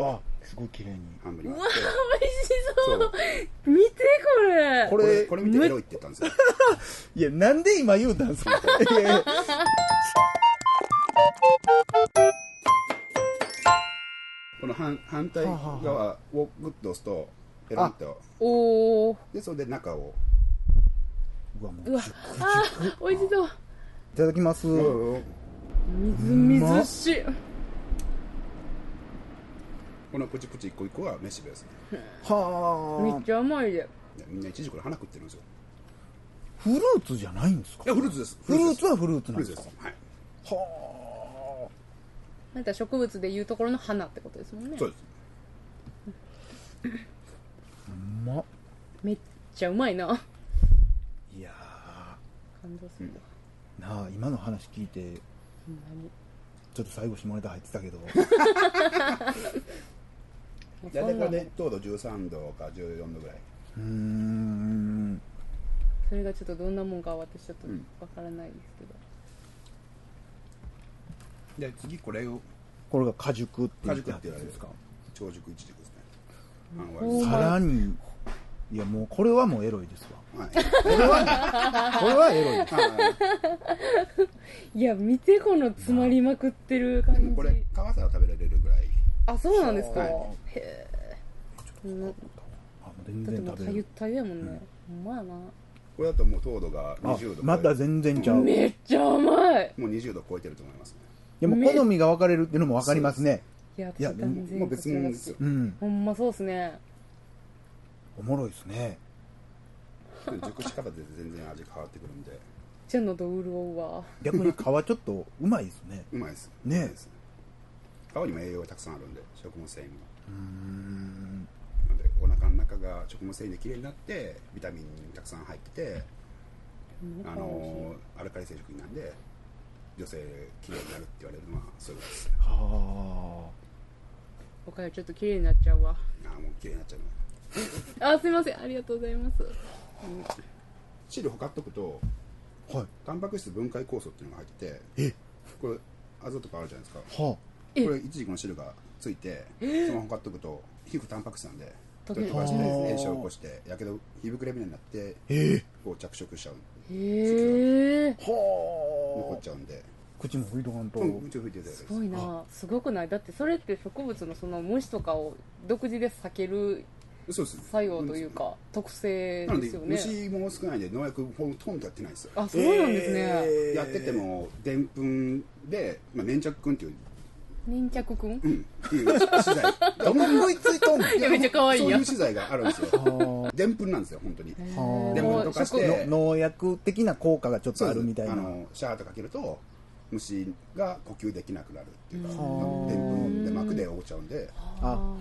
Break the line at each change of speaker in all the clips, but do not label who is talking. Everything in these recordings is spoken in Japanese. あすごい綺麗に
半分
う
に
わ
割って
ー美味し
そ
そう
う
見てこれ
こ
これ
れ
これ見てエロいって言ったんですよ
いやなんで今言うたんすかいやいや
この反反対側をグッと押すとペロンと
おお
でそれで中を
うわもう
うわあー美味しそう
いただきます、
みずみずしい
このプチプチ一個一個はメシベですね
め
はあ
っちゃ甘いで
でみんな一時これ花食ってるんですよ
フルーツじゃないんですか
いやフルーツです
フルー
です
ツはフルーツな
フ
ん
ルー
で
ツ
す
で
か
すはい
は
なんか植物でいうところの花ってことですもんね
そうです
あうまっ
めっちゃうまいない
や
感動する
ーなあ今の話聞いて
ほんまに
ちょっと最後下ネタ入ってたけど
もう
大
そ
体
ん
これ
な
ね糖度13度か14度ぐらいう
ーん
それがちょっとどんなもんか私ちょっとわからないですけど、
で次これを
これが果熟って言
果
っ
熟
て
っ
は
言わ
ってたやつ
れる
ですか
長熟一軸ですね
おー
さらにいやもうこれはもうエロいですわ
はい
これはエロいです
いや見てこの詰まりまくってる感
で
じ
もこれ皮さら食べられるぐらい
あそうなんですか、
はい
へえうん
あもう全
だ
然食
ってもうか
べれ
ゆっ
る
たゆやもんね、ほんまや
これだともう糖度が
あ
20度
また全然ちゃ
な
う
めっちゃ甘い
もう20度超えてると思います
でも好みが分かれるっていうのも分かりますね
いや
いや
私断然
もう別物ですよ
うん
ほんまそうっすね
おもろいですね
熟し方で全然味変わってくるんで
じゃのど潤うわ
逆に皮ちょっとうまいですね
うまいです
ねえ
うまいです皮にも栄養がたくさんあるんで食物繊維も
うーん
なのでお腹の中が食物繊維できれいになってビタミンたくさん入っててあのアルカリ性食品なんで女性きれいになるって言われるのはそういうことです
は
おかゆちょっと綺麗になっちゃうわ
ああもうきれいになっちゃうな
あすいませんありがとうございます
汁ほかっとくと
あはい
タンパク質分解酵素っていうのが入ってて
え
これアゾとかあるじゃないですか
は
え
これ一軸の汁がついてそのまま買っとくと皮膚タンパク質なんで
溶
溶
け
け
る
溶かして
あー
炎症を起こしてやけど皮膚くれみたいになって
え
こう着色しちゃう
へえ
ー、は
残
あ
っちゃうんで
口も拭いとかんと、
うん口を拭いていただいて
すごいなすごくないだってそれって植物のその虫とかを独自で避ける
そうです
作用というか特性
なの
で
です
よね
虫も少ないんで農薬ほとんどやってないんですよ
あそうなんですね、
えー
やっててもでんぷんで、まあ、粘着くんっていう
粘着くん
うんっていう 資材
どん食いついとんの
いやめっちゃ可愛い
そう
や
い
ん
う資材があるんです
あ
よ
ー
でんぷんなんですよ本当に
へー
はあ
で
も
も
う
溶かして
植
の農薬的な効果がちょっとあるみたいな
そうですあのシャーとかけると虫が呼吸できなくなるっていうかでん
はあ
ぷんで膜で覆っちゃうんで
あ
あ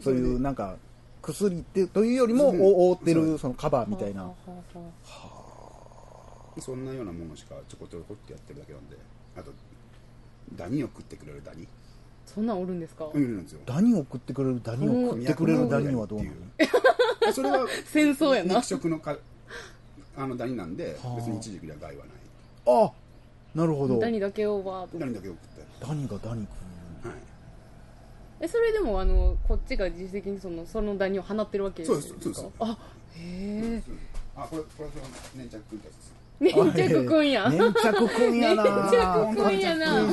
そういうなんか薬ってというよりも
うん
お覆って
そ
るそのカバーみたい
は
な
あはあはあ
そんなようなものしかちょこちょこってやってるだけなんであとダニを食ってくれるダニ
そんなんおるんですか、
いるんですよ
ダニを食ってくれるダニを食ってくれるダニはどうなの
のそれ は
戦争やな
肉食のかあのダニなんで
はあ
別に一軸には害はない
あなるほどダ
ダ
ニ
ニだけをわーっと
ダニだけを食って
がダニ食
はい
えそれでもあのこっちが自主的にそのそのダニを放ってるわけ
そうですそうです
あへえ
あこれこれその粘着くんたちです
粘
う
着くんや
粘着くんやな
粘着くんやな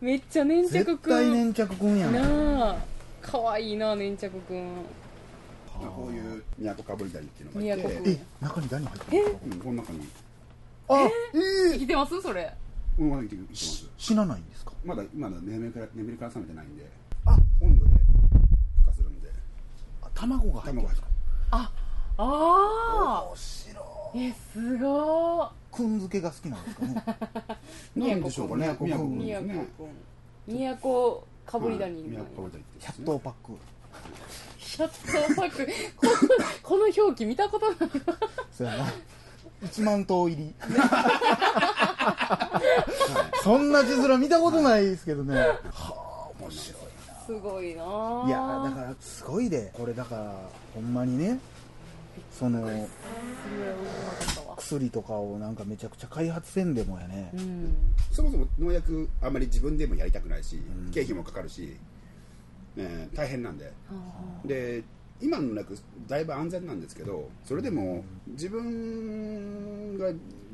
めっちゃ粘着
絶
く
対
ん
粘着くんやな
なあかわいいな粘着くん
こういう都かぶりダニっていうのがい
宮
て
古くん
え中にダニ入ってるんですか
うんこの中に
あ
生きてますそれ
この中に生きてます
死なないんですか
まだ今だ眠りから眠りから覚めてないんで
あ
温度で孵化するんで
あ卵が入って
卵
る
が入る
ああ
面白い
えすごー
くん漬けが好きなんですかね
なんでしょうかね
宮古くん
宮
宮
古く
古
ん
くん宮古かぶりダニみ
宮
たいな
古かぶりダニってやつですね
100頭パック
シャットパック このこの表記見たことない
そうやな1万頭入り そんな字面見たことないですけどねはあ面白い
すごいなあ
いやだからすごいでこれだからほんまにねその
それは美味しくなかったわ
薬とかをなんかめちゃくちゃ開発せんでもやね、
うん
そもそも農薬あんまり自分でもやりたくないし、経費もかかるし、えー大変なんで
はあは
で今のなくだいぶ安全なんですけどそれでも自分が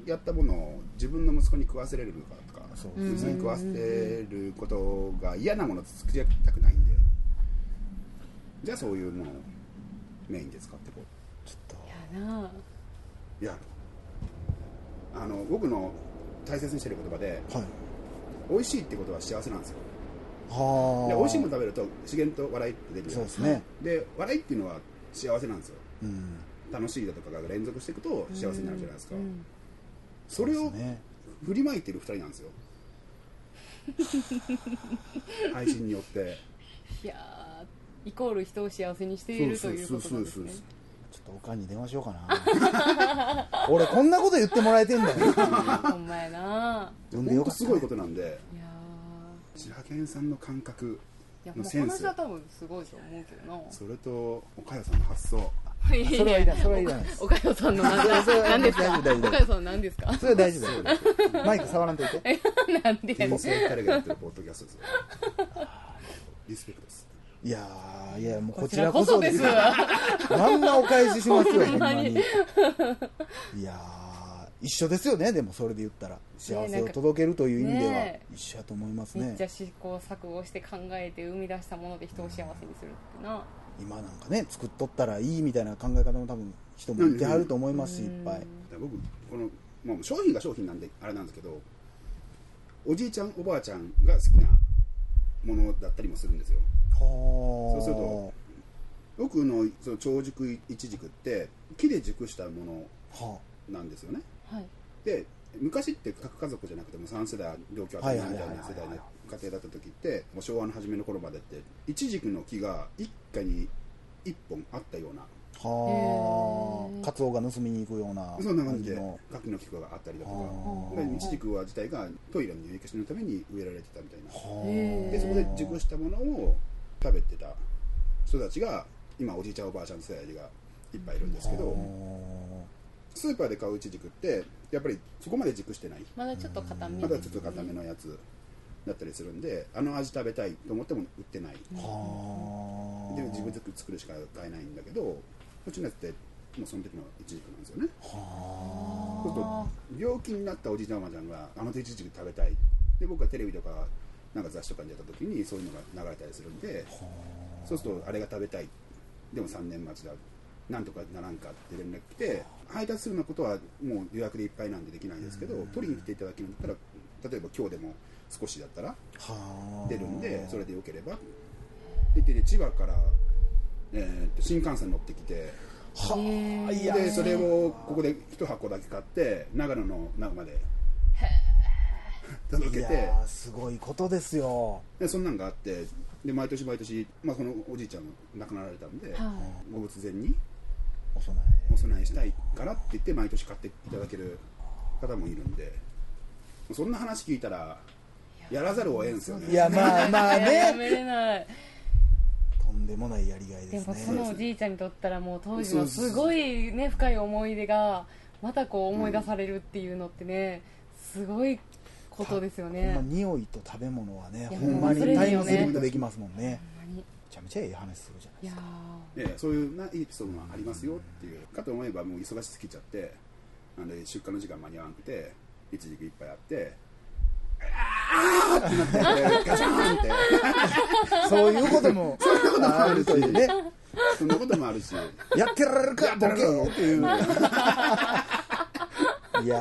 やったものを自分の息子に食わせれるのかとか
そう
息
です
子
ね
に食わせることが嫌なものを作りたくないんでじゃあそういうものをメインで使ってこう
ちょっ
あやない
やあの僕の大切にしてる言葉で
とはい
美味しいってことは幸せなんですよ
は
で
あ
美味しいもの食べると資源と笑いって出るじゃな
そう
い
です
か
ね
で笑いっていうのは幸せなんですよ
うん
楽しいだとかが連続していくと幸せになるじゃないですか、
うん
それ
そ
を
うですね
振りまいてる2人なん ですよ配信によって
いやーイコール人を幸せにしているということなんですね
ちょっとおかんに電話しようかな俺こんなこと言ってもらえてんだ よ
ほんまやな
呼んで
本
よ
当
かっ
す
た
ごいことなんで
いや
千葉県さんの感覚
ーいや
の
もう
セン
話
ス
は多分すごいと思うけどな
それと岡谷さんの発想
いやいや
そ れはいらないそれはいらないです
おかよさんの何
それは
何ですか
大丈夫大丈夫
おかよさん何ですか
それは大丈夫だよマイク触らんといて
なんでや
人
ねん
生2人がやってるポッドキャストですよリスペクトです
いやーいやもうこ
こ
ち
ち
ら
ら
こ
こ
そ
そ
で
ですす
よあんなお返ししますよほ
ほ
ん
ん
ま
ま
に
に
いやー一緒ですよねでもそれで言ったら幸せを届けるという意味では
ね
一緒やと思います
め
ね
っちゃ試行錯誤して考えて生み出したもので人を幸せにするってな
今なんかね作っとったらいいみたいな考え方も多分人もいてはると思いますしいっぱい
だから僕この、まあ、商品が商品なんであれなんですけどおじいちゃんおばあちゃんが好きなものだったりもするんですよ
は
そうすると僕のその長熟いちじくって木で熟したも
あは
のなんですよね
はい
で昔って各家族じゃなくても3世代同居あたりみたいな世代の家庭だった時ってもう昭和の初めの頃までっていちじくの木が一家に1本あったような
あは
へ
あ
ー
カツオが盗みに行くような
そんな感じで
の
柿の木があったりだとか
は
でいちじくは自体がトイレの入居しのために植えられてたみたいな
あはあ
へー
でそこで熟したものを食べてた人たちが今おじいちゃんおばあちゃんの世代がいっぱいいるんですけどスーパーで買うイチジクってやっぱりそこまで熟してない
まだちょっと固め
まだちょっと固めのやつだったりするんであの味食べたいと思っても売ってない
はあ
で自分で作るしか買えないんだけどこっちのやつってもうその時のイチジクなんですよね
は
そうすると病気になったおじいちゃんおばあちゃんがあのイチジク食べたいで僕がテレビとかなんか雑誌とかに出た時にそういうのが流れたりするんでそうするとあれが食べたいでも3年待ちだなんとかならんかって連絡来て配達するようなことはもう予約でいっぱいなんでできないんですけど取りに来ていただけるんだったら例えば今日でも少しだったら
あはあ
出るんでそれでよければで言ってね千葉から、えーと新幹線乗ってきて
はあいや
でそれをここで一箱だけ買って長野の長まで届
い
け
や
て
ーすごいことですよ
でそんなんがあってで毎年毎年、まあ、そのおじいちゃん亡くなられたんで
は
ご仏前に
お供
お供えしたいからって言って毎年買っていただける方もいるんでそんな話聞いたらやらざるを得んすよ
え
ね
いやまあまあ
いいやや
ね
めれない
とんでもないやりがい
で
です
もそ
ね
のおじいちゃんにとったらもう当時のすごいね深い思い出がまたこう思い出されるっていうのってねすごいことですよね
ほんま匂いと食べ物はね
いや
ほんまに
ほんまに
タイ
いいよ
ム
ね
スリップできますもんね
ほんまに
めちゃめちゃええ話するじゃない
い
で
や
すか
ー
でそういうないいエピソードがありますよっていうかと思えばもう忙しすぎちゃってなんで出荷の時間間に合わなくていちじくいっぱいあってあーってなってガチャーンって
そういうこともあるというね
そんなこともあるし
やってられるかボケよって いう
う
いや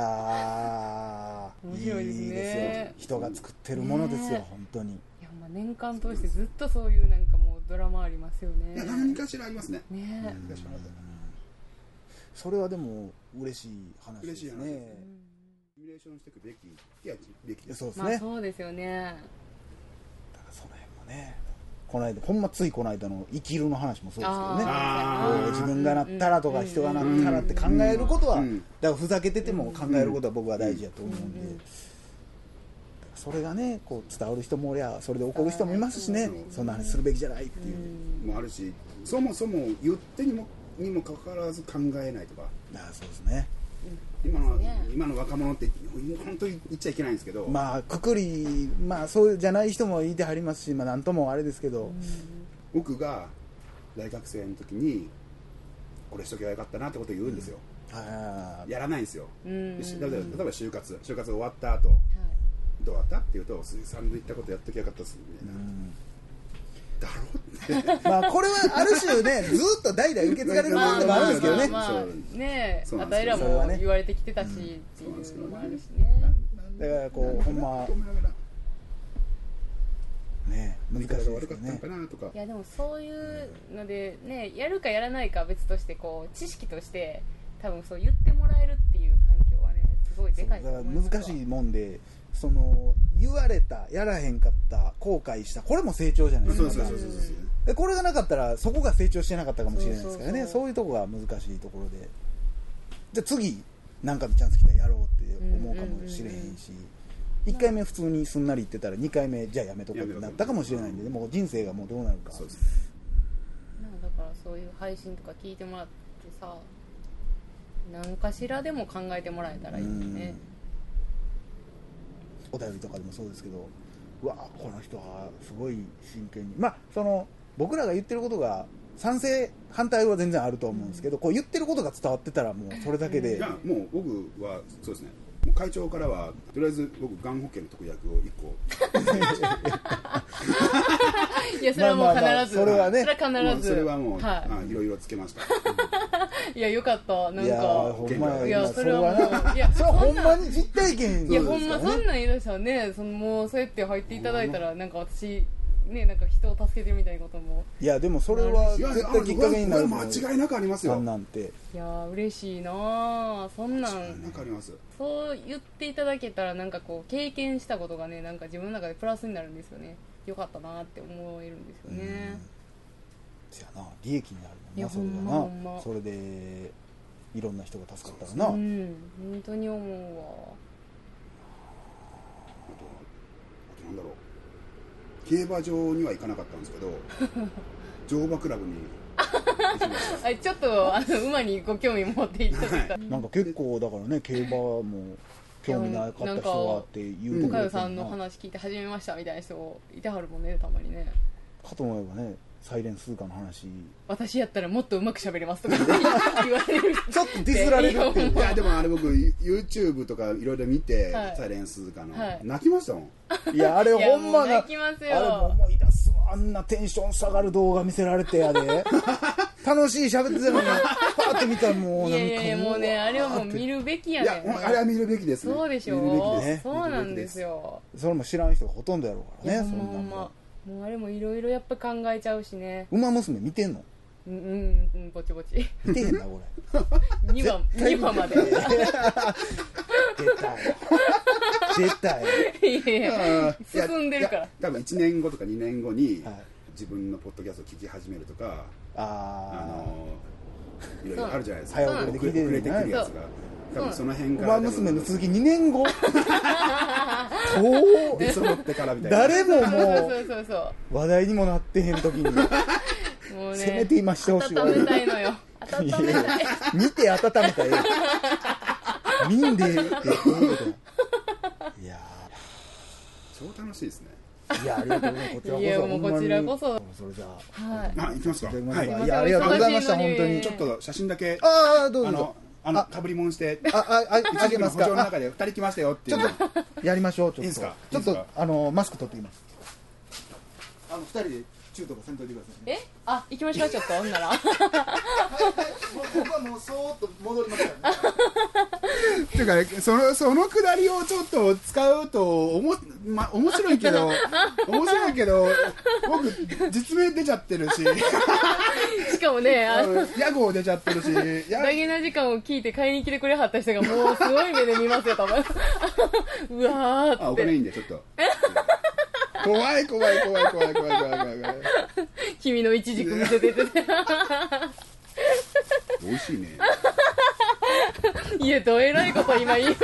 ー
面白いですね
よ人が作ってるものですよ
ね
本当に
いやほんま年間通してずっとそういうなんかもうドラマありますよね
何かしらありますね
ね
何かしらある
それはでも嬉しい話で
嬉しい
す
話です
ね
ねシミュレーションしていくべきいやべき
い
で
や
す
そうです
まあ
ね
そうですよね
だからその辺もねこの間ほんまついこの間の生きるの話もそうですけどね
あー
こう自分がなったらとか
うん
人がなったらって考えることはだ
うん
からふざけてても考えることは僕は大事やと思うんで
うんうん
だからそれがねこう伝わる人もおりゃそれで怒る人もいますしね
うん
そんな話するべきじゃないって
う
いうん
もあるしそもそも言ってにもにもかかわらず考えないとか
あそうですね
今の
ね
今の若者って本当に言っちゃいけないんですけど、
まあくくりまあそうじゃない人もいてはりますしまあなんともあれですけど、
僕が大学生の時にこれしとけばよかったなってことを言うんですよ、
あー
やらないんですよ、
うん
でし
うん
例えば
は
例
い
えば就活就活終わった後どうだったって言うと鈴木さんの言ったことやっときゃよかったっすみたいな、だろうって
まあこれはある種ねずっと代々受け継がれるも
ま
の
あ
でもあ
ま
るん
あ
ですけどね
まあまあねえ
そうな
あ
んです
たい
よ
ら
それは
も
ね
言われてきてたしって
そうなんです
い
けど
うのもある
ね
しね
だからこうほんま
ごめんごめん
ね
言
難し
い
いで
方
す
が
よ
悪かったの
ね
かなとか
いやでもそういうのでねやるかやらないかは別としてこう知識として多分そう言ってもらえるっていう環境はねすごい
そ
で
うだか
かいと
ら
思います
難しいもんでその言われたやらへんかった後悔したこれも成長じゃないです
そう
か
そう
ま
そう
た
そうそう
でこれがなかったらそこが成長してなかったかもしれないですからね
そうそう
そ
そう
ういうとこが難しいところでじゃあ次何かのチャンス来たらやろうって思うかもしれへんし、1回目普通にすんなり言ってたら2回目じゃあやめとこうってなったかもしれないんで、ね、もう人生がもうどうなるか
そうです
なんかだからそういう配信とか聞いてもらってさ何かしらでも考えてもらえたらいいよね
お便りとかでもそうですけどうわこの人はすごい真剣にまあその僕らが言ってることが賛成反対は全然あると思うんですけど、こう言ってることが伝わってたらもうそれだけで、
いやもう僕はそうですねもう会長からはとりあえず僕がん保険の特約を1個
いやそれはもう必
まあ
ず、
まあまあそれはね
も
必
う
ず
それはもう、
は
あいろいろつけました
い、いやよかったなん
いやー
か
ほんまや
い
や
今
それはもう
ない
や
それはほんま
そん
に実体験
い
で
や
す
ほんま
から
そん
ね
なん言い出したらねそのもうそうやって入っていただいたらなんか私ねなんか人を助けてるみたいなことも
いやでもそれはい
や
絶対きっかけになる
これ間違いなくあります
あ
よ
んなんて
いやー嬉しいなあそんなん
なんかあります
そう言っていただけたらなんかこう経験したことがねなんか自分の中でプラスになるんですよねよかったなって思えるんですよね
そやな利益になるもん
いや
なそれが
ほんまほん
な
ま
それでいろんな人が助かったらなん
う本当に思
あとあとなんだろう競馬場には行かなかったんですけ ど乗馬クラブに行きまし
うわあちょっとあの馬にご興味持っていただいた
なんか結構だからね競馬も興味なかった人はっていう
う
と
ん
ころ
岡代
やけど
さんの
な
話聞いて始めましたみたいな人いてはるもんねたまにね
かと思えばねサイレンスーカの話
私やったらもっとうまく喋れますと かね言われる
ちょっとディスられるっていう
たいやでもあれ僕 YouTube とかいろいろ見て、
はい
サイレンスかの、
はい
泣きましたもん
いやあれ
いや
ほん
も
ま
う
なあ
泣き
れ
ます
も
よ
思い出すわあんなテンション下がる動画見せられてやで 楽しい喋ってたのにパーって見たらもう
い
な
や
んか
いやいやもうねあれはもう見るべきや
いやほ
ね
んあれは見るべきですね
そうでしょ
見るべき
すね
そうなんですよ
それも知らん人がほとんどやろう
い
から
や
ね
ほ
そ
ん
んなも
まほんまもうあれもいろいろやっぱ考えちゃうしね
馬娘見てんの
うんうんうんぼちぼち
見てへんなこ
2番二番まで
れ出たよ出たよ
いやいや
あーいや
進んでるから
いや多分1年後とか2年後に、
はい
自分のポッドキャストを聞き始めるとかあ
あ
のーいろいろあるじゃないですか
そう
早送
で
り
聞いてる
遅れてくるやつ
そう
が多分その辺
あ
から
馬娘の続
き
き2年 後遠い
出揃ってからみたいな
誰も
そう
も
そうそうそう
う話題にもなってへん時に
そうもうね
せめて今してほしいわ
温めたいのよ温めたい
見て温めたらええ見んでええってどういうこといや
超楽しいですね
ーいやありがとうございますこちらこそ
いやもうこちらこそ
ほんまにそれじゃあ
はい
あ行きますか
いただきま
は
す
い
かいやありがとうございました
忙しいの
本
に
当に
ちょっと写真だけ
ああどうぞ
あ
どうぞ
のあのかぶり物して
ああ ああげます
一部の補助の
か
中で2人来ましたよっていうの
あやりましょうちょっと
いいんすか
ちょっ
いいん
と
すか
あのマスク取ってきますあの二人で中とかせんといてください
えあ行きましょうちょっとほんなら
僕はもうそーっと戻りますから
っていうかねそのそのくだりをちょっと使うとおも、ま、面白いけ ど面白いけど僕実名出ちゃってるし
しかもねあ
あ
の
の屋号出ちゃってるしや
ダゲな時間を聞いて買いに来てくれはった人がもうすごい目で見ますよ多分 うわ
あ
ーっ
お金いい
て
んでちょっと怖い怖い怖い怖い怖い怖い怖い怖い
君の一軸見せてて
美味しいね
いやどえらいこと今言いまし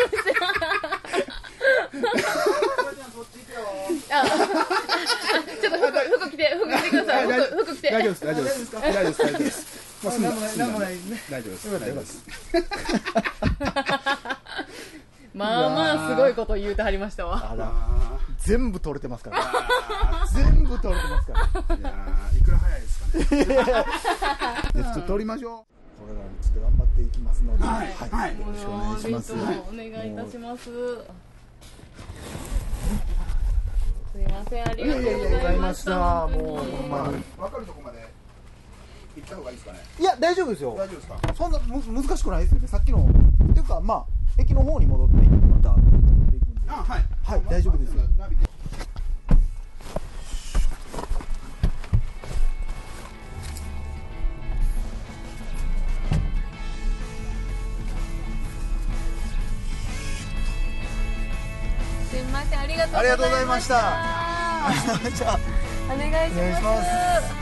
たあちょっと服服着て服着てください服服着て
大丈夫です大丈夫です大丈夫です大丈夫ですまあ、
あ
済んだ
なんもない
済んだ
なんも
大丈夫
ないですね
です
よかった
大丈夫です
まあまあすごいこと言うてはりましたわ
あら
あ
全部取れてますから全部取れてますからこ
ーいやーいくら早いですかねじゃあちょっと撮りましょ
れからもちょっと頑張っていきますので、
はいはい
よろしくお願いします
もうお願いいたしますすいませんありがとうございました
ありがとうございましたもうほん
う、
まはい
分かるとこまで行った方がいいですかね
いや大丈夫ですよ
大丈夫ですか
そんなむ難しくないですよねさっきのっていうかまあ駅の方に戻ってまた戻っていくんで
あはい
はい大丈夫ですよ
ナビで
すいませんありがとう
ありがとうございました
ございました
じゃあ
お願いし
お願いし
ます